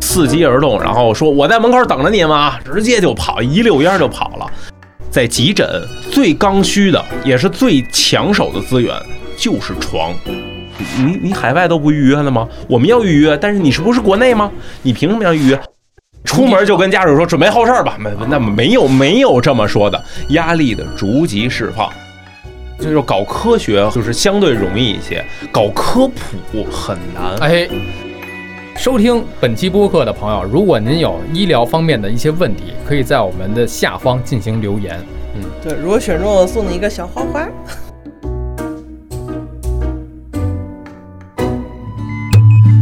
伺机而动，然后说我在门口等着你们啊，直接就跑，一溜烟儿就跑了。在急诊最刚需的也是最抢手的资源就是床。你你海外都不预约了吗？我们要预约，但是你是不是国内吗？你凭什么要预约？出门就跟家属说准备后事儿吧，没那没有没有这么说的，压力的逐级释放。就是搞科学，就是相对容易一些；搞科普很难。哎，收听本期播客的朋友，如果您有医疗方面的一些问题，可以在我们的下方进行留言。对，如果选中了，送你一个小花花。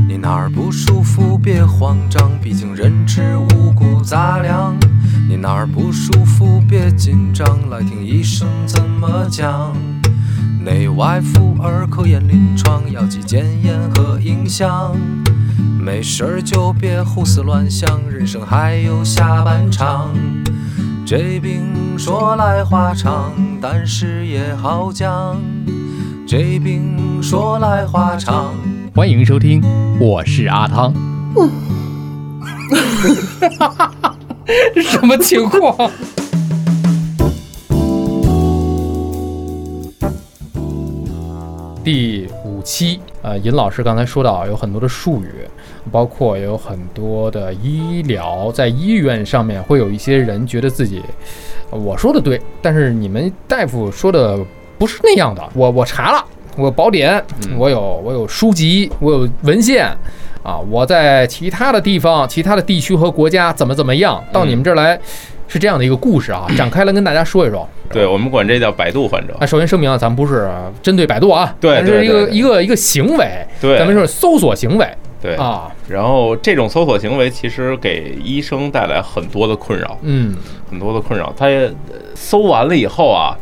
你哪儿不舒服别慌张，毕竟人吃五谷杂粮。你哪儿不舒服别紧张，来听医生怎么讲。内外妇儿科眼临床，药剂检验和影像。没事儿就别胡思乱想，人生还有下半场。这病说来话长，但是也好讲。这病说来话长。欢迎收听，我是阿汤。嗯 什么情况？第五期，呃，尹老师刚才说到有很多的术语，包括有很多的医疗，在医院上面会有一些人觉得自己，呃我说的对，但是你们大夫说的不是那样的。我我查了，我有宝典，嗯我有我有书籍，我有文献，啊，我在其他的地方、其他的地区和国家怎么怎么嗯样，到你们这儿来，是这样的一个故 事啊，展开来跟大家说一说。对我们管这叫百度患者啊，。首先声明啊，咱们不是针对百度啊，对咱对是一个对对一个一个行为，对，咱们是搜索行为对。啊，然后这种搜索行为其实给医生带来很多的困扰，嗯很多的困扰。他也呃搜完了以后啊，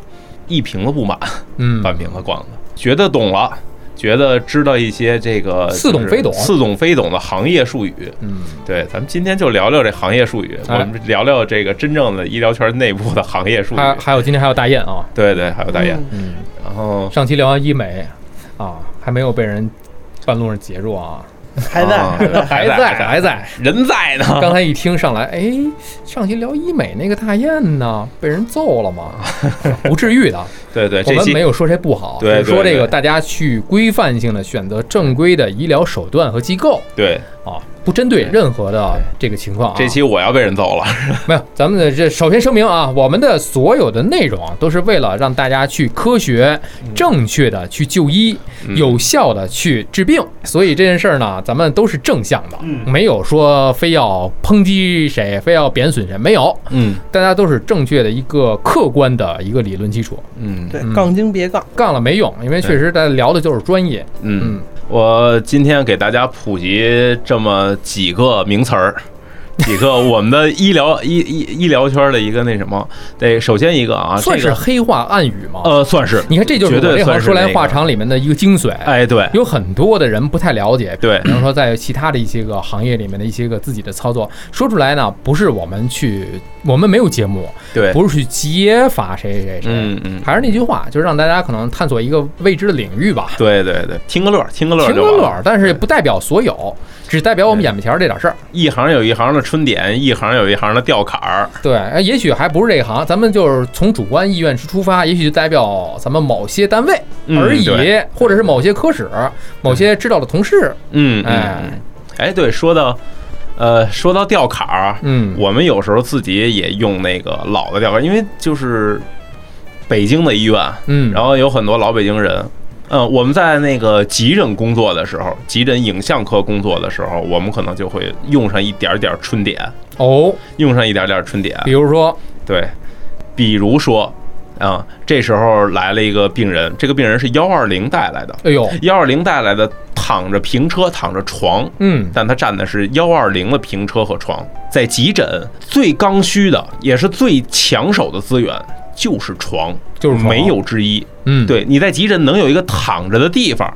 一瓶子不满，嗯，半瓶子逛的，觉得懂了。觉得知道一些这个似懂非懂就是似懂非懂的行业术语，嗯，对，咱们今天就聊聊这行业术语，我哎们聊聊这个真正的医疗圈内部的行业术语。还还有今天还有大雁啊，对对，还有大雁，啊嗯，然后上期聊完医美啊，还没有被人半路上截住啊，嗯，还在，啊还在。还在在还在还在。人在呢，刚才一听上来，哎，上期聊医美那个大雁呢，被人揍了吗？ 不至于的，对对，我 这们期没有说谁不好，对只是说对这个对大家去规范性的选择正规的医疗手段和机构。对啊，不针对任何的这个情况啊。这期我要被人揍了，没有，咱们的这首先声明啊，我们的所有的内容啊，都是为了让大家去科学、正确的去就医，嗯有效的去治病。所以这件事儿呢，咱们都是正向的，嗯没有说非要抨击谁，非要贬损谁，没有，嗯大家都是正确的一个客观的一个理论基础。嗯对，杠精别杠，杠了没用，因为确实大家聊的就是专业。嗯，我今天给大家普及这么几个名词儿。 几个我们的医疗医医医疗圈的一个那什么，得首先一个啊，嗯算这是个黑话暗语嘛。呃，算是你看，这就是绝我对这行算是说那来个话，长里面的一个精髓。哎，对有很多的人不太了解，对比方说在其他的一些个行业里面的一些个自己的操作，说出来呢，不是我们去，我们没有节目，对，不是去揭发谁谁谁，嗯嗯，还是那句话，就是让大家可能探索一个未知的领域吧，对对对，听个乐儿，听个乐儿听就个完乐了。儿，但是不代表所有，只代表我们眼前儿这点事儿。一行有一行的春点，一行有一行的吊坎儿，对，哎也许还不是这一行，咱们就是从主观意愿去出发，也许就代表咱们某些单位嗯而已，对或者是某些科室、某些知道的同事，嗯，嗯哎嗯哎，对，说到，呃，说到吊坎儿，啊嗯，我们有时候自己也用那个老的吊坎儿，因为就是北京的医院，嗯，然后有很多老北京人。嗯，我们在那个急诊工作的时候，急诊影像科工作的时候，我们可能就会用上一点点儿春点，哦，用上一点点儿春点。比如说。对，比如说，啊、这时候来了一个病人，这个病人是幺二零带来的，哎呦，幺二零带来的躺着平车，躺着床，嗯，但他占的是幺二零的平车和床。在急诊最刚需的，也是最抢手的资源就是床，就是床没有之一。嗯，，对，你在急诊能有一个躺着的地方。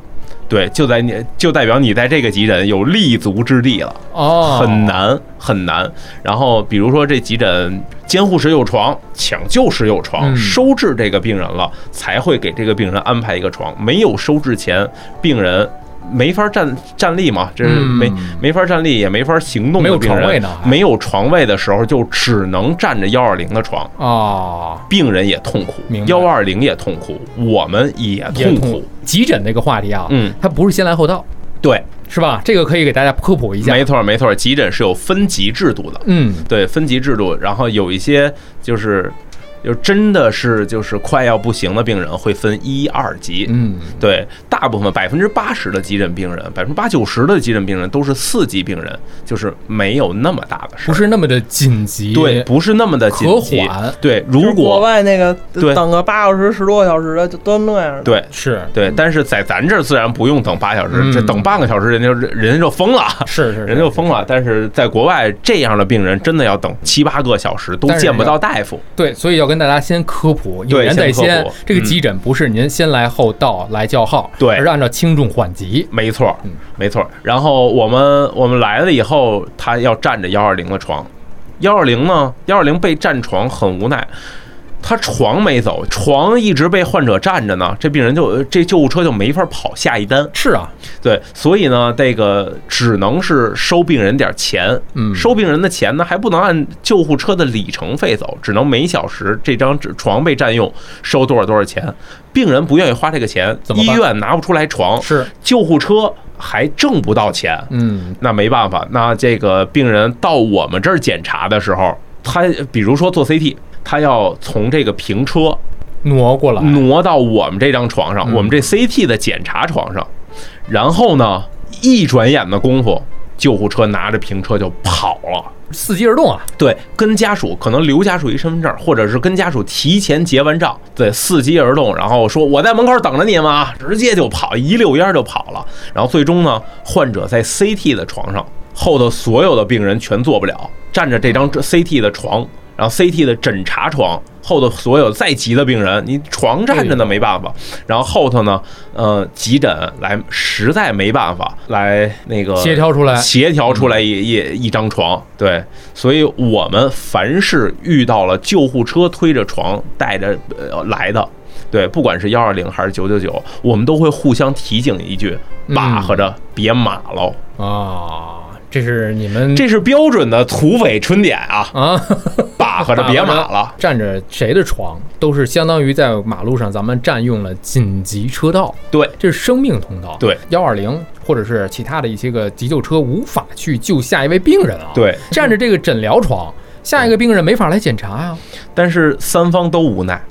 对，就在你就代表你在这个急诊有立足之地了，哦，很，难很难。然后比如说这急诊监护室有床，抢救室有床，嗯收治这个病人了才会给这个病人安排一个床，没有收治前，病人没法站站立嘛，这是没、嗯没法站立，也没法行动没的有病人，床位呢还没有床位的时候，就只能站着幺二零的床。啊，病人也痛苦明，白幺二零也痛苦，我们也也痛苦。。急诊这个话题啊，嗯，它不是先来后到，对，是吧？这个可以给大家科普一下。没错没错，急诊是有分级制度的，嗯，对分级制度，然后有一些就是就真的是就是快要不行的病人会分一二级，嗯，对，大部分百分之八十的急诊病人，百分之八九十的急诊病人都是四级病人，就是没有那么大的事不儿，是那么的紧急，对，，不是那么的紧可急，缓，对，就是如国果外那个对等个八小时、十多个小时的，就都那样的。对。是对，但是在咱这儿自然不用等八小时，嗯这等半个小时人就人家就疯了，是是，人就疯了。但是在国外，这样的病人真的要等七八个小时，都但是见不要到大夫。对，所以要跟大家先科普，有对言在先科先普，这个嗯急诊不是您先来后到来叫号，对而是按照轻重缓急。没错儿嗯，没错儿。然后我们我们来了以后，他要占着幺二零的床，幺二零呢，幺二零被占床很无奈，他床没走，床一直被患者占着呢，这病人就这救护车就没法跑下一单，是啊，对，所以呢，这个只能是收病人点儿钱，嗯，收病人的钱呢还不能按救护车的里程费走，只能每小时这张床被占用收多少多少钱，病人不愿意花这个钱怎，么医办院拿不出来床，是，救护车还挣不到钱，嗯，那没办法，那这个病人到我们这儿检查的时候，他比如说做 CT。他要从这个平车挪过来，挪到我们这张床上，嗯我们这 CT 的检查床上，然后呢，一转眼的功夫，救护车拿着平车就跑了。伺机而动啊，对，跟家属可能留家属一身份证，或者是跟家属提前结完账，对，伺机而动，然后说我在门口等着你们啊，直接就跑，一溜烟儿就跑了。然后最终呢，患者在 CT 的床上，后头所有的病人全坐不了，占着这张 CT 的床，然后 CT 的诊查床后头所有再急的病人，你床占着呢，哎呦没办法。然后后头呢，呃，急诊来实在没办法来那个协调出来，协调出来一一一张床，对，所以我们凡是遇到了救护车推着床带着呃来的，对，不管是幺二零还是九九九，我们都会互相提醒一句，嗯把和着别马喽，啊，这是你们这是标准的土匪春点啊，啊，把和着别马了，占着谁的床，都是相当于在马路上咱们占用了紧急车道，对，这是生命通道。对，幺二零或者是其他的一些个急救车无法去救下一位病人啊，， 对，嗯占着这个诊疗床，下一个病人没法来检查啊呀、但是三方都无奈，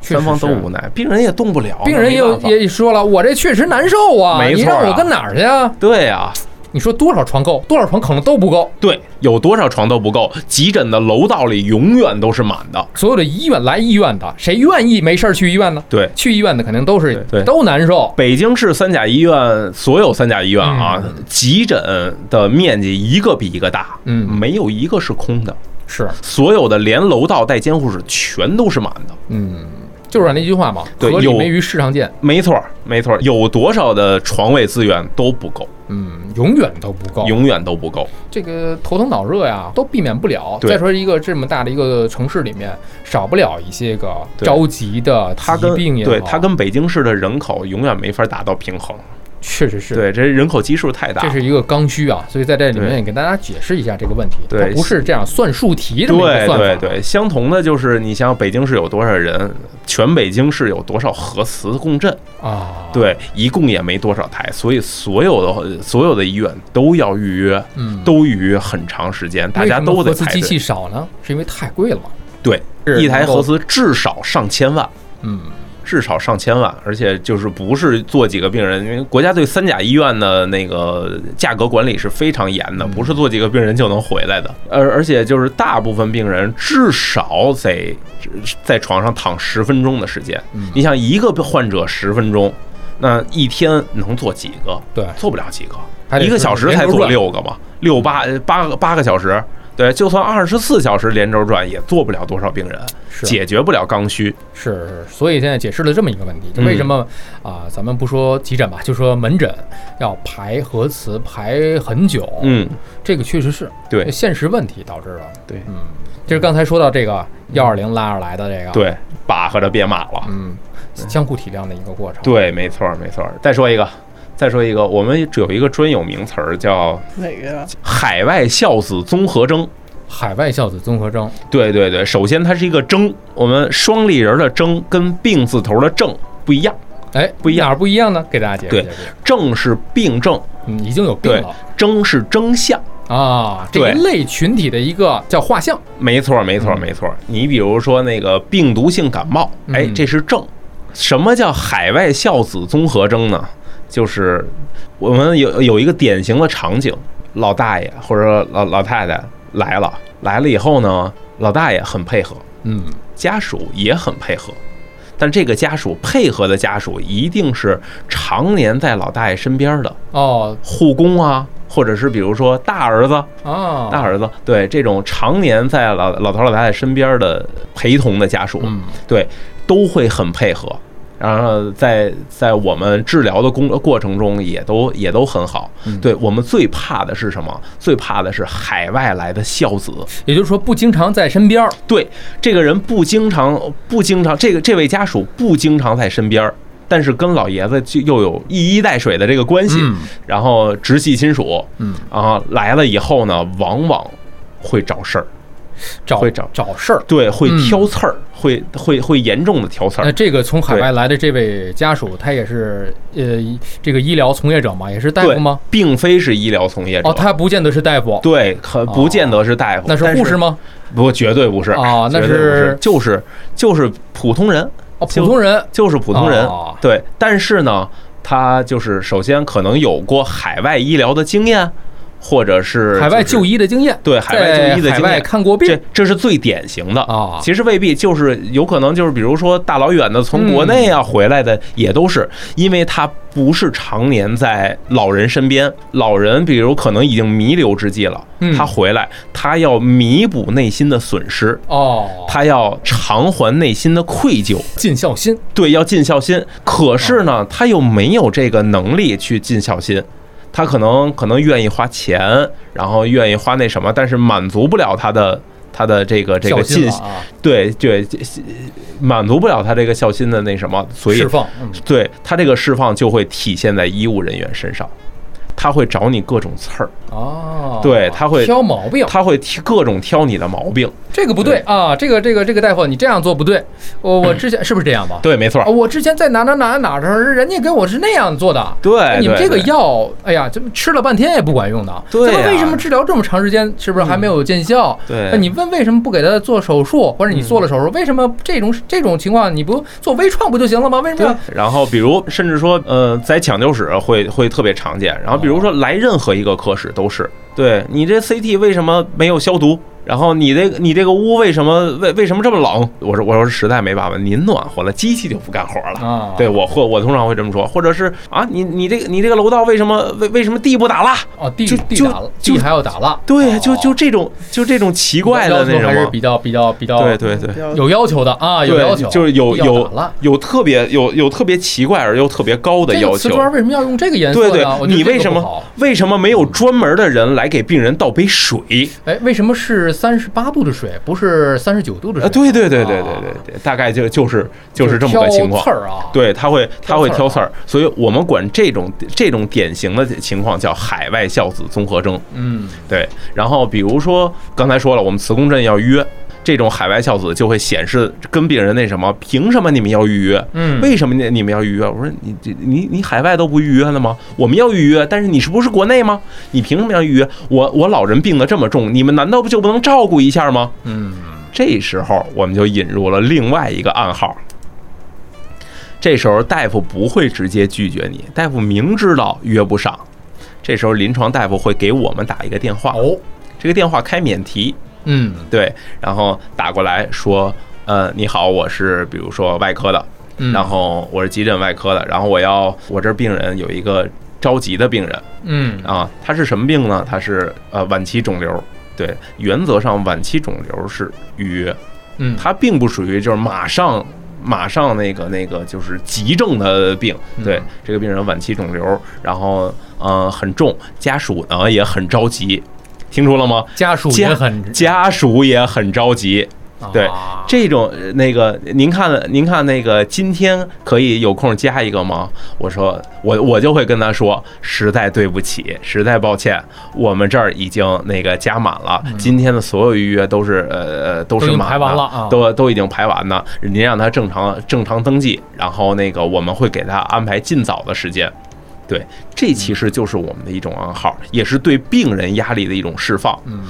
确实三方都是啊无奈，病人也动不了，病人也有没办法也说了，我这确实难受啊，没你错让啊我跟哪儿去啊？对啊，你说多少床够，多少床可能都不够，对，有多少床都不够，急诊的楼道里永远都是满的，所有的医院来医院的，谁愿意没事儿去医院呢？对。去医院的肯定都是对对都难受，北京市三甲医院所有三甲医院啊，急诊的面积一个比一个大，嗯没有一个是空的，是，所有的连楼道带监护室全都是满的。嗯，就是那句话嘛，对合理有没于市场见，没错儿，没错儿，有多少的床位资源都不够，嗯，永远都不够。永远都不够。这个头疼脑热呀，都避免不了。对再说一个这么大的一个城市里面，少不了一些个对着急的它疾跟病也好，对它跟北京市的人口永远没法达到平衡。确实是。对，这人口基数太大这了。是一个刚需啊，所以在这里面对也给大家解释一下这个问题，对它不是这样算数题这么一对个算法，对对，相同的就是，你想想北京市有多少人，全北京市有多少核磁共振，啊，，对，一共也没多少台，所以所有的所有的医院都要预约，嗯，都预约很长时间，大为家什么都核得磁排机器队。少呢，是因为太贵了，对，是一台能够核，磁至少上千万，嗯，至少上千万，而且就是不是做几个病人，因为国家对三甲医院的那个价格管理是非常严的，嗯不是做几个病人就能回来的。而而且就是大部分病人至少得在床上躺十分钟的时间嗯，你想一个患者十分钟，那一天能做几个？对，哎做不了几个，还得一个是小时连才轴做转六个嘛，六八呃八个八个小时，对，就算二十四小时连轴转也做不了多少病人，是解决不了刚需。是是，所以现在解释了这么一个问题，就嗯为什么啊、咱们不说急诊吧，就说门诊要排核磁排很久，，嗯，这个确实是对现实问题导致了，对嗯嗯，就是刚才说到这个幺二零拉着来的这个，，嗯对，把和着别马了。嗯，相互体谅的一个过程，对，没错儿没错儿。再说一个，再说一个，我们有一个专有名词儿叫哪个呀？海外孝子综合征。海外孝子综合征，对对对，首先它是一个征，我们双立人的征跟病字头的正不一样，哎，不一样哪儿不一样呢？给大家解释对解释。正是病症，嗯，已经有病对了征是征象。啊，这对一类群体的一个叫画像，没错，没错，嗯没错。你比如说那个病毒性感冒，哎，嗯这是症。什么叫海外孝子综合征呢？就是我们有有一个典型的场景，老大爷或者老老太太来了，来了以后呢，老大爷很配合，嗯，家属也很配合，但这个家属配合的家属一定是常年在老大爷身边的哦护工啊，或者是比如说大儿子、啊，大儿子，对这种常年在老老头老太太身边的陪同的家属，嗯对都会很配合。然后在在我们治疗的工过程中，也都也都很好。嗯对我们最怕的是什么？最怕的是海外来的孝子。也就是说不经常在身边儿，对，这个人不经常不经常，这个这位家属不经常在身边儿，但是跟老爷子就又有一衣带水的这个关系，嗯然后直系亲属嗯，啊来了以后呢，往往会找事儿，找会找找事儿。对，会嗯挑刺儿、会会会严重的挑刺那儿。这个从海外来的这位家属，他也是呃这个医疗从业者嘛，也是大对夫吗？并非是医疗从业者，哦，他不见得是大夫，对，可不见得是大夫，那但护士？吗？不，绝对不是哦那绝对不是是就是就是普通人，哦，普通人就是普通人。哦对，但是呢，他就是首先可能有过海外医疗的经验，或者是海外就是就医的经验，对海外就医的在海经外验。看过这病这是最典型的哦啊其实未必就是有可能就是比如说大老远的从国内啊回来的也都是，因为他不是常年在老人身边，老人比如可能已经弥留之际了嗯，他回来他要弥补内心的损失，哦，他要偿还内心的愧疚，尽孝心，对，要尽孝心。可嗯是呢，他又没有这个能力去尽孝心，他可能可能愿意花钱，然后愿意花那什么，但是满足不了他的他的这个这孝个心尽了啊，对对，满足不了他这个孝心的那什么，所以释放，嗯对他这个释放就会体现在医务人员身上，他会找你各种刺儿，哦，对他会挑毛病，他会挑各种挑你的毛病。这个不对啊，这个这个这个大夫你这样做不对，我我之前是不是这样吧？对，没错啊，，我之前在哪哪哪哪儿的时候，人家给我是那样做的。对，你们对这个对药，哎呀，这吃了半天也不管用的。对这呀嗯为什么治疗这么长时间，是不是还没有见效？对那你问为什么不给他做手术，或者你嗯做了手术，为什么这种这种情况你不做微创不就行了吗？为什么对要？，然后比如甚至说，呃，在抢救室会会特别常见。然后比如说来任何一个科室都是，对你这 CT 为什么没有消毒？然后你这个你这个屋为什么为为什么这么冷？我说我说实在没办法，您暖和了，机器就不干活了。啊对我或我通常会这么说，或者是啊，你你这个你这个楼道为什么为为什么地不打蜡？哦，地就地就打了，就地还要打蜡。对，哦就就这种就这种奇怪的那要求还是种，比较比较比较对对对比。较有要求的啊，有对要求，就是有要有打蜡。有特别有有特别奇怪而又特别高的这要个瓷求。砖为什么要用这个颜色对呢？对我，觉得你这个为什不么好为什么没有专门的人来给病人倒杯水？哎，为什么是三十八度的水，不是三十九度啊，的水？对对对对啊对对，对，大概就就是就是这么个情况挑刺。儿啊，，对，他会他会挑挑刺刺儿儿，啊所以我们管这种这种典型的情况叫海外孝子综合征。嗯，对，然后比如说刚才说了，我们磁共振要约，这种海外孝子就会显示跟病人那什么，凭什么你们要预约？嗯为什么你你们要预约？我说你这你你海外都不预约了吗？我们要预约，但是你是不是国内吗？你凭什么要预约？我我老人病得这么重，你们难道不就不能照顾一下吗？嗯，这时候我们就引入了另外一个暗号。这时候大夫不会直接拒绝你，大夫明知道约不上，这时候临床大夫会给我们打一个电话，哦，这个电话开免提，嗯，对，然后打过来说，呃，你好，我是比如说外科的，嗯然后我是急诊外科的，然后我要我这儿病人有一个着急的病人嗯，啊，他是什么病呢？他是呃晚期肿瘤。对，原则上晚期肿瘤是预约，嗯，它并不属于就是马上马上那个那个就是急症的病。对嗯，这个病人晚期肿瘤，然后呃很重，家属呃呢也很着急，听说了吗？家属也很家属也很着急。对啊这种呃那个，您看，您看那个，今天可以有空加一个吗？我说，我我就会跟他说，实在对不起，实在抱歉，我们这儿已经那个加满了，今天的所有预约都是呃呃都嗯都是已经满排完了啊都都已经排完了。您让他正常正常登记，然后那个我们会给他安排尽早的时间。对，这嗯其实就是我们的一种暗号，也是对病人压力的一种释放。嗯，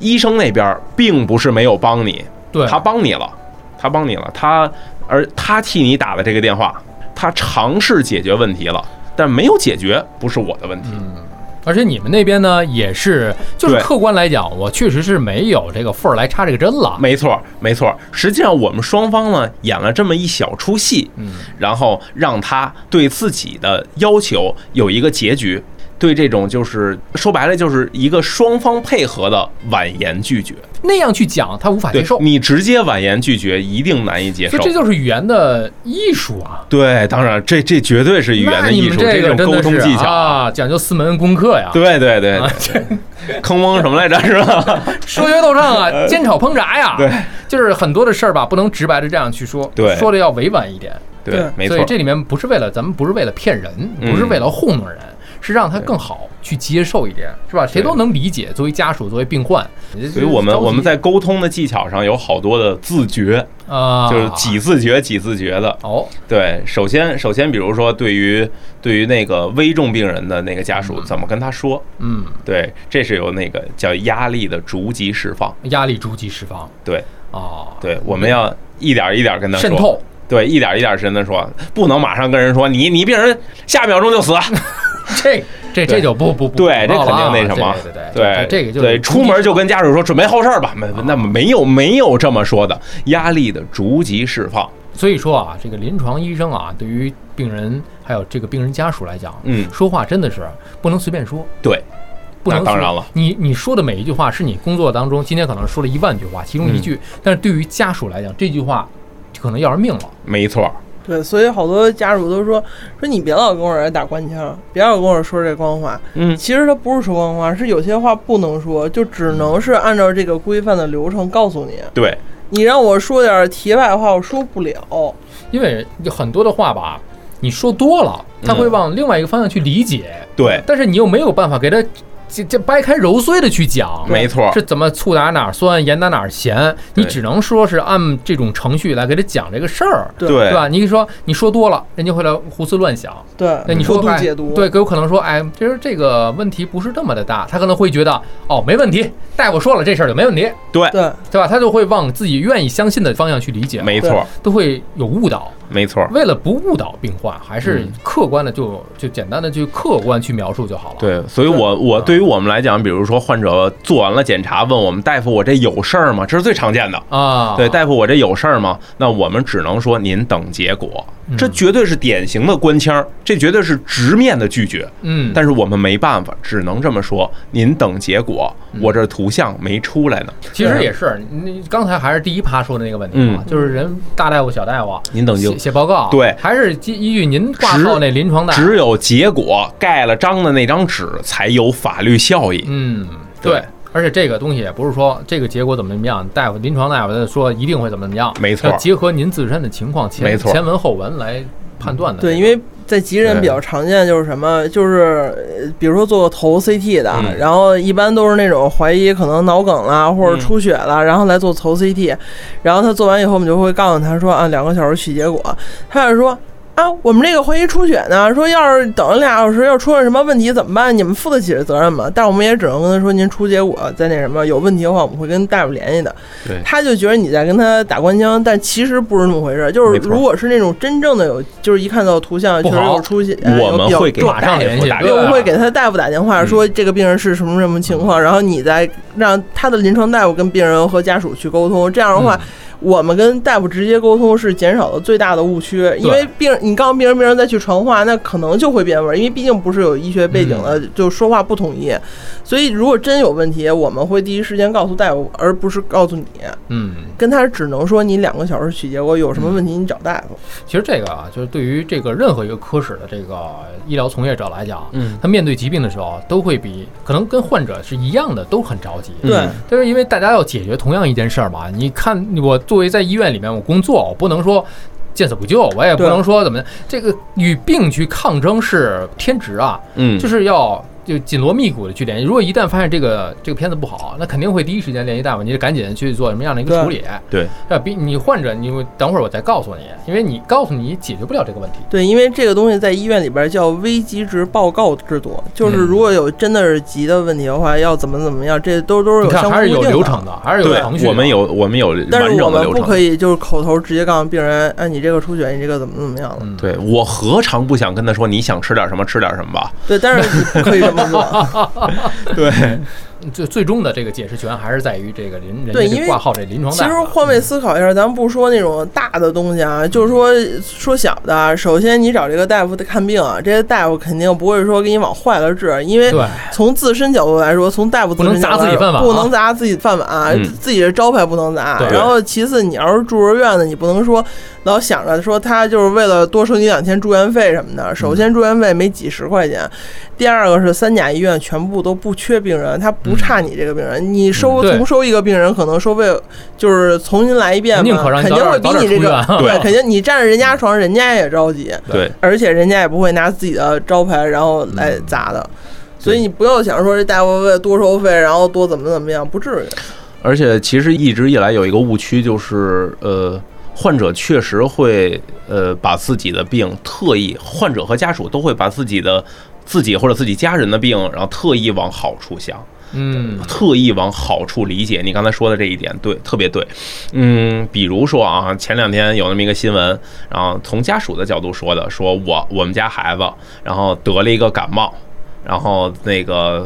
医生那边并不是没有帮你，对，他帮你了，他帮你了，他而他替你打的这个电话，他尝试解决问题了，但没有解决，不是我的问题。嗯而且你们那边呢，也是，就是对客观来讲，我确实是没有这个缝儿来插这个针了。没错，没错。实际上，我们双方呢演了这么一小出戏，嗯，然后让他对自己的要求有一个结局。对这种就是说白了，就是一个双方配合的婉言拒绝。那样去讲他无法接对受，你直接婉言拒绝，一定难以接受所以。这就是语言的艺术啊。对，当然这这绝对是语言那的你艺们术，这个种真沟的通是技巧啊，讲究四门功课呀。对对对啊，对坑蒙什么来着？是吧？ 说学逗唱啊，煎炒烹炸呀。对，就是很多的事儿吧，不能直白的这样去说，对说的要委婉一点。对对，没所以错。这里面不是为了咱们不是为了骗人，嗯不是为了糊弄人，是让他更好去接受一点，是吧？谁都能理解，作为家属，作为病患。所以我们着急我们在沟通的技巧上有好多的自觉，啊，就是几自觉几自觉的。哦，对，首先首先，比如说对于对于那个危重病人的那个家属，怎么跟他说？嗯，对，这是有那个叫压力的逐级释放。压力逐级释放对啊，对，我们要一点一点跟他渗说。透。对，一点一点跟他说，不能马上跟人说你你病人下秒钟就死。这这这对就不不不对，这不肯闹了啊定那什么，对对对，这个就对，是出门就跟家属说准备后事儿吧，没啊那么没有没有这么说的，压力的逐级释放，所以说啊，这个临床医生啊，对于病人还有这个病人家属来讲，嗯说话真的是不能随便说，对，不能那当随然了，你你说的每一句话是你工作当中今天可能说了一万句话，其中一句，嗯但是对于家属来讲，这句话就可能要人命了。没错儿，对，所以好多家属都说说你别老跟我这打官腔，别老跟我说这官话。嗯，其实他不是说官话，是有些话不能说，就只能是按照这个规范的流程告诉你。对，你让我说点题外话，我说不了。因为有很多的话吧，你说多了，他会往另外一个方向去理解，对但是你又没有办法给他这这掰开揉碎的去讲，没错儿是怎么醋打哪儿酸，盐打哪儿咸，你嗯对只能说是按这种程序来给他讲这个事儿，对对嗯对吧？你说你说多了，人家会来胡思乱想。对，那你说过度哎解读，对，有可能说，哎，其实这个问题不是那么的大，他可能会觉得，哦，没问题，大夫说了这事儿就没问题，对，对对吧？他就会往自己愿意相信的方向去理解，没错儿，都会有误导。没错儿，为了不误导病患，还是嗯客观的就、就简单的去客观去描述就好了。，对，所以我我对于我们来讲，比如说患者做完了检查，问我们大夫我这有事儿吗？这是最常见的。啊，对，大夫，我这有事儿吗？那我们只能说您等结果，嗯这绝对是典型的官腔儿，这绝对是直面的拒绝。嗯，但是我们没办法，只能这么说。您等结果，我这图像没出来呢。其实也是，你刚才还是第一趴说的那个问题啊，嗯就是人大大夫、小大夫，啊您等就写写报告，对还是基依据您挂号那临床大夫，只有结果盖了章的那张纸才有法律效益。嗯，对对。而且这个东西也不是说这个结果怎么怎么样，大夫临床大夫说一定会怎么怎么样，没错要结合您自身的情况前没错前文后文来判断的。对，因为在急诊比较常见就是什么，就是呃比如说做个头 CT 的，嗯然后一般都是那种怀疑可能脑梗啦或者出血了，然后来做头 CT，然后他做完以后，我们就会告诉他说啊，两个小时取结果。他要说。啊，我们这个怀疑出血呢，说要是等俩小时要出了什么问题怎么办？你们负得起这责任吗？但我们也只能跟他说，您出结果再那什么，有问题的话我们会跟大夫联系的。对他就觉得你在跟他打官腔，但其实不是那么回事。就是没错如果是那种真正的有，就是一看到图像不确实好有出现，呃我们会给有马上联系大夫打对电有话嗯对，吧我会给他大夫打电话说这个病人是什么什么情况，然后你再让他的临床大夫跟病人和家属去嗯沟通。这样的话，我们跟大夫直接沟通是减少了最大的误区，因为病你告诉病人，病人再去传话，那可能就会变味儿，因为毕竟不是有医学背景嗯的，就说话不统一。所以如果真有问题，我们会第一时间告诉大夫，而不是告诉你。嗯，跟他只能说你两个小时取结果，有什么嗯问题你找大夫。其实这个啊，就是对于这个任何一个科室的这个医疗从业者来讲，嗯，他面对疾病的时候，都会比可能跟患者是一样的，都很着急。嗯对但是因为大家要解决同样一件事儿嘛，你看我作为在医院里面我工作，我不能说见死不救，我也不对能说怎么这个与病去抗争是天职啊，嗯，就是要就紧锣密鼓的去联系。如果一旦发现这个这个片子不好，那肯定会第一时间联系大夫，你得赶紧去做什么样的一个对处理。对，要比你患者，你等会儿我再告诉你，因为你告诉你解决不了这个问题。对，因为这个东西在医院里边叫危机值报告制度，就是嗯如果有真的是急的问题的话，要怎么怎么样，这都都是你有看相还关是规有定流的。程的，还是有对程序，的。我们有我们有完但是我整的们流不可程。以就是口头直接告诉病人，哎，你这个出血，你这个怎么怎么样了？嗯，对我何尝不想跟他说，你想吃点什么，吃点什么吧？对，但是你不可以这么 做。对，最最终的这个解释权还是在于这个临人对家因这为挂号这临床其大实夫。换位思考一下，咱们不说那种大的东西啊，就是说说小的啊。首先，你找这个大夫看病啊，这些大夫肯定不会说给你往坏了治，因为对，从自身角度来说，从大夫自身角度来不能砸自己说饭碗啊不能砸自己饭碗啊，嗯自己的招牌不能砸。对然后其次，你要是住着院的，你不能说老想着说他就是为了多收你两天住院费什么的。首先，住院费没几十块钱，第二个是三甲医院全部都不缺病人，他不差你这个病人。你收、对重收一个病人，可能收费就是重新来一遍嘛，肯定可让你早肯定会点比早你点出这个院。啊对肯定你占着人家床，人家也着急。 对，而且人家也不会拿自己的招牌然后来砸的，所以你不要想说这大夫为了多收费，然后多怎么怎么样，不至于。而且其实一直以来有一个误区，就是呃，患者确实会呃把自己的病特意，患者和家属都会把自己的自己或者自己家人的病，然后特意往好处想，嗯，特意往好处理解。你刚才说的这一点对，特别对。嗯，比如说啊，前两天有那么一个新闻，然后从家属的角度说的，说我我们家孩子，然后得了一个感冒。然后那个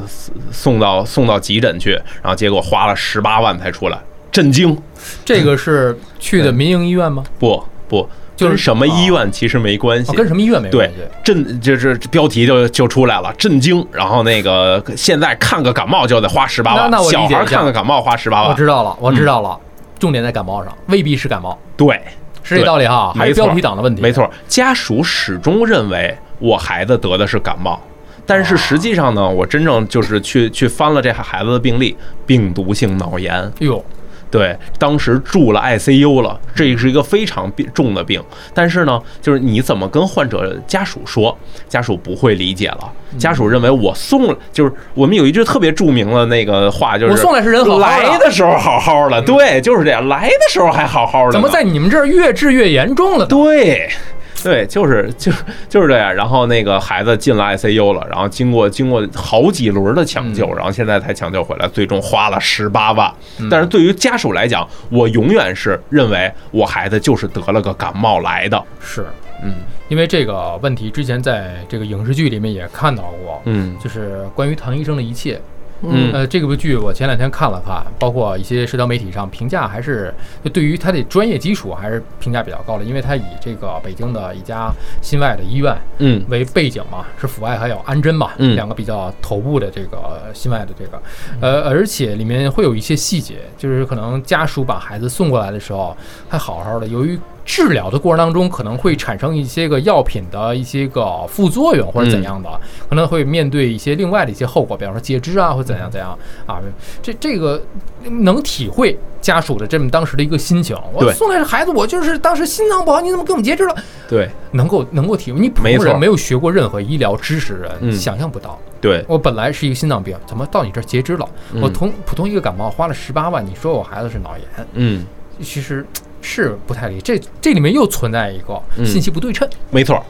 送到送到急诊去，然后结果花了十八万才出来，震惊！这个是去的民营医院吗？不不，就是跟什么医院其实没关系哦，，跟什么医院没关对系？，震这这这标题就就出来了，震惊。然后那个现在看个感冒就得花十八那万那我，理解小一下孩看个感冒花十八我万，知道了，我知嗯道了，重点在感冒上，未必是感冒，对，是这道理哈，对啊还是没错标题党的问题？没，错。家属始终认为我孩子得的是感冒，但啊是实际上呢，我真正就是去去翻了这孩子的病历，病毒性脑炎，哎呦，对，当时住了 ICU 了，这是一个非常病重的病。但是呢，就是你怎么跟患者家属说，家属不会理解了。嗯家属认为我送了，就是我们有一句特别著名的那个话，就是我送来是人好好的嗯来的时候好好的，对，就是这样，来的时候还好好的呢，怎么在你们这儿越治越严重了呢？对。对，就是就是就是这样。然后那个孩子进了 ICU 了，然后经过经过好几轮的抢救，然后现在才抢救回来，最终花了十八万。但是对于家属来讲，我永远是认为我孩子就是得了个感冒来的。是嗯因为这个问题，之前在这个影视剧里面也看到过，嗯就是关于唐医生的一切。嗯呃，这个部剧我前两天看了看，包括一些社交媒体上评价，还是就对于他的专业基础还是评价比较高的，因为他以这个北京的一家心外的医院嗯为背景嘛，是阜外还有安贞嘛，嗯两个比较头部的这个心外的这个，呃，而且里面会有一些细节，就是可能家属把孩子送过来的时候还好好的，由于治疗的过程当中可能会产生一些个药品的一些个副作用或者怎样的，嗯可能会面对一些另外的一些后果，比方说截肢啊或怎样怎样啊，这这个能体会家属的这么当时的一个心情。我对送来的孩子，我就是当时心脏不好，你怎么给我们截肢了？对能够能够体会，你普没通错人没有学过任何医疗知识的人，嗯想象不到。对，我本来是一个心脏病，怎么到你这儿截肢了？嗯我同普通一个感冒花了十八万，你说我孩子是脑炎，嗯，其实嘖是不太理解。这这里面又存在一个嗯信息不对称，没错，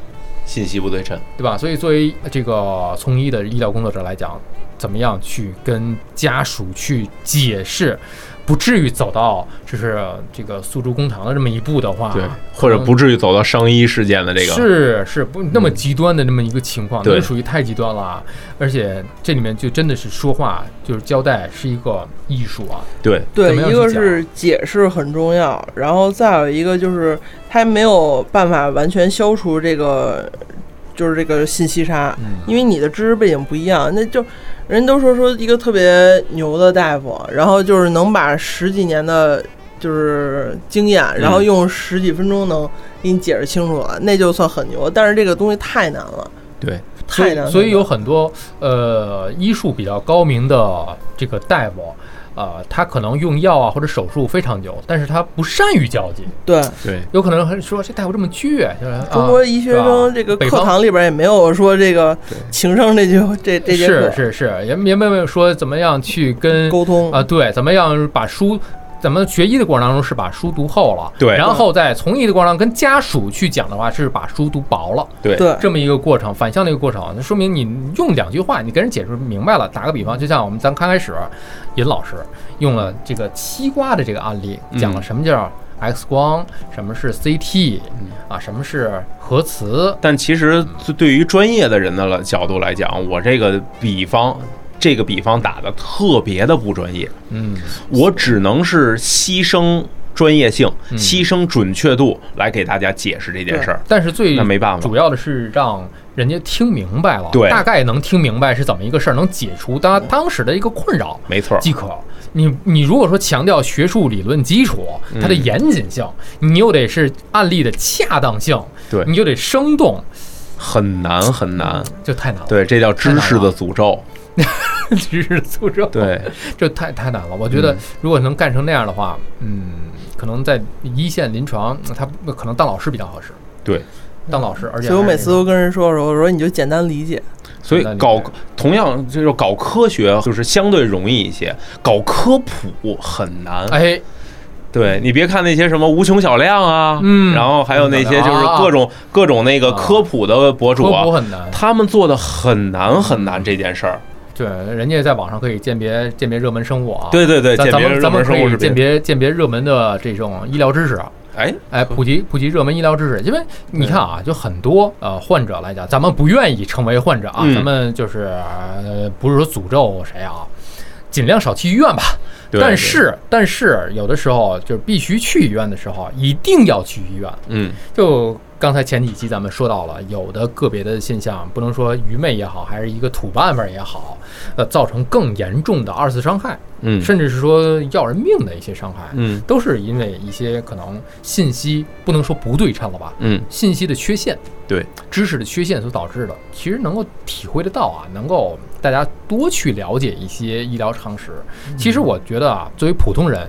信息不对称。呃对吧？所以作为这个从医的医疗工作者来讲，怎么样去跟家属去解释，不至于走到就是呃这个诉诸公堂的这么一步的话，对，或者不至于走到伤医事件的这个，是是不那么极端的那么一个情况，对那属于太极端了啊。而且这里面就真的是说话就是交代是一个艺术啊，对对，怎么样一去个讲是解释很重要，然后再有一个就是他没有办法完全消除这个，就是这个信息差，嗯，因为你的知识背景不一样，那就人都说说一个特别牛的大夫，然后就是能把十几年的。就是经验，然嗯后用十几分钟能给你解释清楚了，那就算很牛。但是这个东西太难了，对，所太难以了。所以有很多呃医术比较高明的这个大夫。啊、他可能用药啊或者手术非常久，但是他不善于交际，对对，有可能还说这大夫这么倔，就是啊中国医学生这个课堂里边也没有说这个情商这句这这节是课是是，也也没有说怎么样去跟嗯沟通啊，对，怎么样把书，咱们学医的过程当中是把书读厚了，对嗯然后在从医的过程当中跟家属去讲的话是把书读薄了，对对这么一个过程，反向的一个过程，那说明你用两句话，你跟人解释明白了。打个比方，就像我们咱刚开始，尹老师用了这个西瓜的这个案例，嗯讲了什么叫 X 光，什么是 CT，啊，嗯什么是核磁，但其实就对于专业的人的了角度来讲，我这个比方，这个比方打的特别的不专业，嗯，我只能是牺牲专业性、嗯牺牲准确度来给大家解释这件事儿。但是最那没办法主要的是让人家听明白了，对大概能听明白是怎么一个事儿，能解除他当时的一个困扰没错儿，即可。你你如果说强调学术理论基础，嗯它的严谨性，你又得是案例的恰当性，对啊你就得生动，很难很难。就太难了。对，这叫知识的诅咒。对， 知识诅咒，，对，嗯这太太难了。我觉得如果能干成那样的话，嗯，可能在一线临床，他可能当老师比较合适。对，当老师，而且所以我还每是次都跟人说说，我说你就简单理解，所以那你搞同样就是搞科学，就是相对容易一些，搞科普很难。哎，对你别看那些什么无穷小亮啊，嗯然后还有那些就是各种、各种那个科普的博主啊科啊，普很难。他们做的很难很难这件事儿。对，人家在网上可以鉴别鉴别热门生物啊。对对对，咱，鉴咱别们热咱们门可生物以是鉴别，别鉴别热门的这种医疗知识，哎，哎，普及普及热门医疗知识。因为你看啊，就很多呃患者来讲，咱们不愿意成为患者啊，嗯咱们就是、呃、不是说诅咒谁啊，尽量少去医院吧。对但对是但是有的时候就是必须去医院的时候，一定要去医院。嗯，就刚才前几期咱们说到了，有的个别的现象，不能说愚昧也好，还是一个土办法也好，呃，造成更严重的二次伤害，嗯甚至是说要人命的一些伤害，嗯都是因为一些可能信息不能说不对称了吧，嗯，信息的缺陷，对，知识的缺陷所导致的。其实能够体会得到啊，能够大家多去了解一些医疗常识。嗯其实我觉得啊，作为普通人，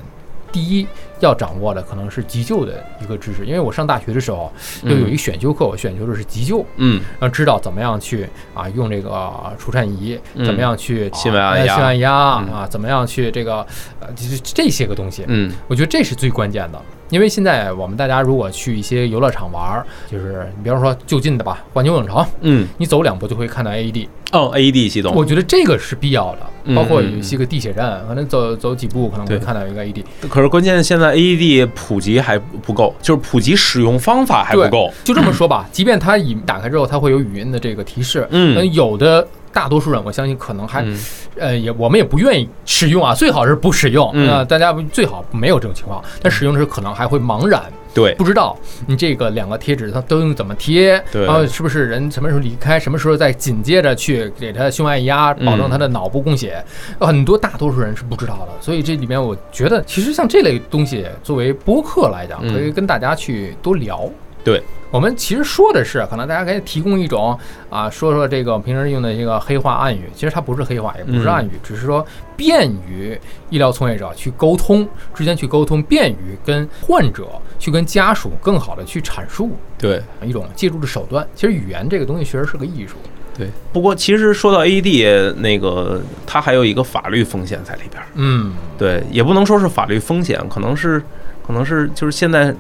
第一要掌握的可能是急救的一个知识，因为我上大学的时候又有一个选修课，我选修的是急救。嗯要知道怎么样去啊，用这个呃除颤仪，嗯怎么样去心外按呃压心外按压嗯啊，怎么样去这个呃这这这些个东西，嗯我觉得这是最关键的，因为现在我们大家如果去一些游乐场玩儿，就是你比方说就近的吧，环球影城，嗯，你走两步就会看到 AED，哦，AED 系我统觉得这个是必要的。嗯包括有一些个地铁站，可能走走几步可能会对看到一个 AED，可是关键现在 AED 普及还不够，就是普及使用方法还不对够。就这么说吧，即便它已打开之后，它会有语音的这个提示，嗯那有的。大多数人，我相信可能还，嗯呃，也我们也不愿意使用啊，最好是不使用。嗯呃大家最好没有这种情况，但使用的时候可能还会茫然，对，不知道你这个两个贴纸它都用怎么贴，对然后是不是人什么时候离开，什么时候再紧接着去给他胸外压，保证他的脑部供血，很多大多数人是不知道的。所以这里面我觉得，其实像这类东西，作为播客来讲，嗯可以跟大家去多聊。对，我们其实说的是，可能大家可以提供一种啊，说说这个平时用的一个黑话暗语，其实它不是黑话，也不是嗯暗语，只是说便于医疗从业者去沟通之间去沟通，便于跟患者去跟家属更好的去阐述对。一种借助的手段。其实语言这个东西确实是个艺术，对，不过其实说到 AED 那个，它还有一个法律风险在里边儿。嗯，对，也不能说是法律风险，可能是，可能是就是现在，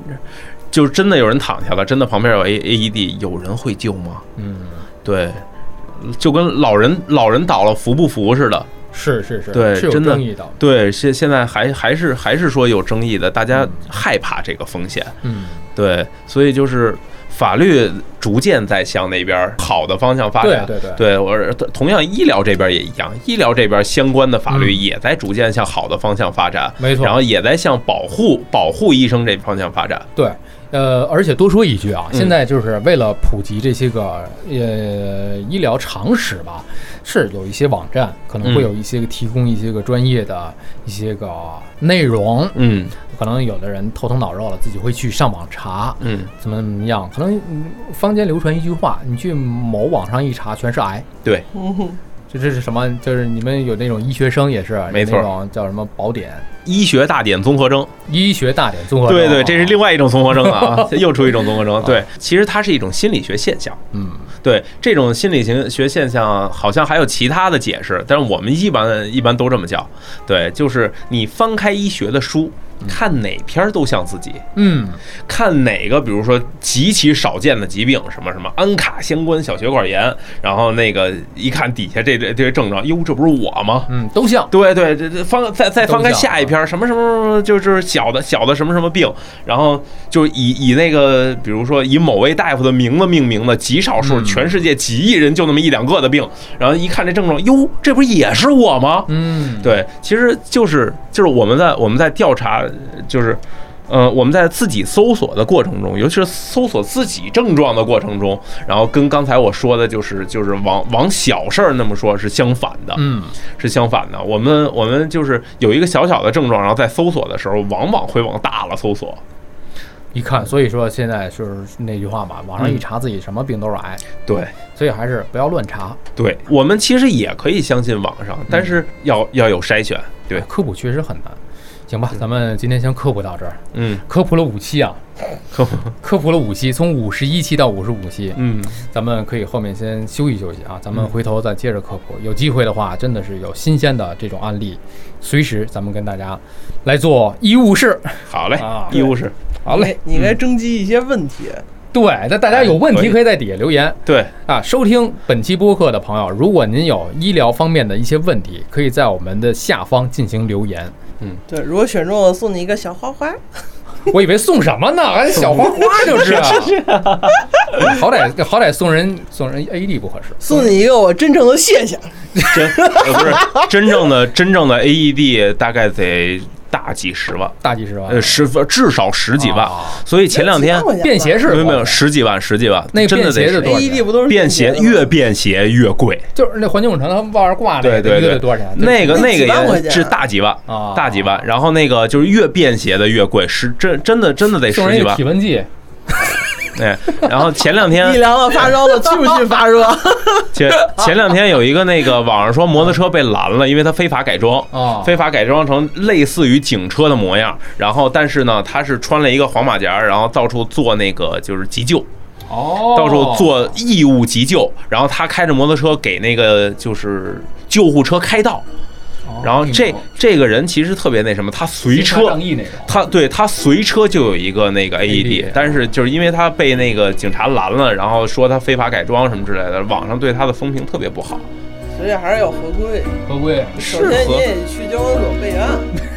就是真的有人躺下了，真的旁边有 A A E D，有人会救吗？嗯，对，就跟老人老人倒了服不服似的。是是是，对是有真的争议的，对，现现在还还是还是说有争议的，大家嗯害怕这个风险。嗯，对，所以就是法律逐渐在向那边好的方向发对展。对对，对，我是同样医疗这边也一样，医疗这边相关的法律嗯也在逐渐向好的方向发展，没错然。后也在向保护保护医生这方向发展。对，呃，而且多说一句啊，嗯现在就是为了普及这些个呃医疗常识吧，是有一些网站可能会嗯有一些个提供一些个专业的一些个内容，嗯可能有的人头疼脑热了，自己会去上网查。嗯，怎么怎么样？可能嗯坊间流传一句话，你去某网上一查，全是癌。对，嗯哼，就这是什么？就是你们有那种医学生也是，有没错那种叫什么宝典医学大典综合征。医学大典综合对症对，啊这是另外一种综合征 啊，又出一种综合哦征。对，其实它是一种心理学现象。嗯对，这种心理型学现象好像还有其他的解释，但是我们一般一般都这么叫。对，就是你翻开医学的书，看哪篇儿都像自己，嗯看哪个，比如说极其少见的疾病，什么什么安卡相关小血管炎，然后那个一看底下这这这些症状，哟，这不是我吗？嗯都像对对，这这翻再再翻开都像下一篇，什么什么什么，就是小的小的什么什么病，然后就以以那个，比如说以某位大夫的名字命名的，极少数，嗯全世界几亿人就那么一两个的病，然后一看这症状，哟，这不也是我吗？嗯对，其实就是就是我们在我们在调查，就是。呃，我们在自己搜索的过程中，尤其是搜索自己症状的过程中，然后跟刚才我说的，就是就是往往小事儿那么说是相反的。嗯。是相反的。我们我们就是有一个小小的症状，然后在搜索的时候，往往会往大了搜索。一看，所以说现在就是那句话嘛，网上一查自己什么病都是癌，对所以还是不要乱查。对，我们其实也可以相信网上，但是要、要有筛选。对，科普确实很难。行吧，咱们今天先科普到这儿，嗯，科普了五期啊，科普，科普了五期，从五十一期到五十五期， 嗯，咱们可以后面先休息休息啊，咱们回头再接着科普。有机会的话，真的是有新鲜的这种案例，随时咱们跟大家来做医务室。好嘞啊，医务室，好嘞，哎你，你应该征集一些问题。对，那大家有问哎可题以可以在底下留言。对，啊，收听本期播客的朋友，如果您有医疗方面的一些问题，可以在我们的下方进行留 言。对，如果选中了，送你一个小花花。我以为送什么呢？还小花花 就是啊，好歹好歹送人送人 AED 不合适。送你一个我真正的谢谢。 真呃不是真正的真正的 AED 大概得大几十万，大几十万，呃，十至少十几万啊，所以前两天便携式没的有没有十几万十几万，那真的便携是得多少 A 钱 E D 不都是便携便越便携越贵。就是那环球影城它往上挂那对个对一个对，得多少钱？那个那那几万个块也钱是大几万啊大几万。然后那个就是越便携的越贵，十真真的真的得十送人几一个万体。温计，哎，然后前两 你天凉了发烧了，去不去发热？ 前前两天有一个那个网上说摩托车被拦了，因为它非法改装。啊非法改装成类似于警车的模样，然后但是呢，他是穿了一个黄马甲，然后到处做那个就是急救，哦，到处做义务急救，然后他开着摩托车给那个就是救护车开道，哦，然后这挺好这个人其实特别那什么，他随刑法车仗义那种，他对他随车就有一个那个 AED， AED 但是就是因为他被那个警察拦了，然后说他非法改装什么之类的，网上对他的风评特别不好。啊所以还是要合规。合规。首先你也去交管所备案。啊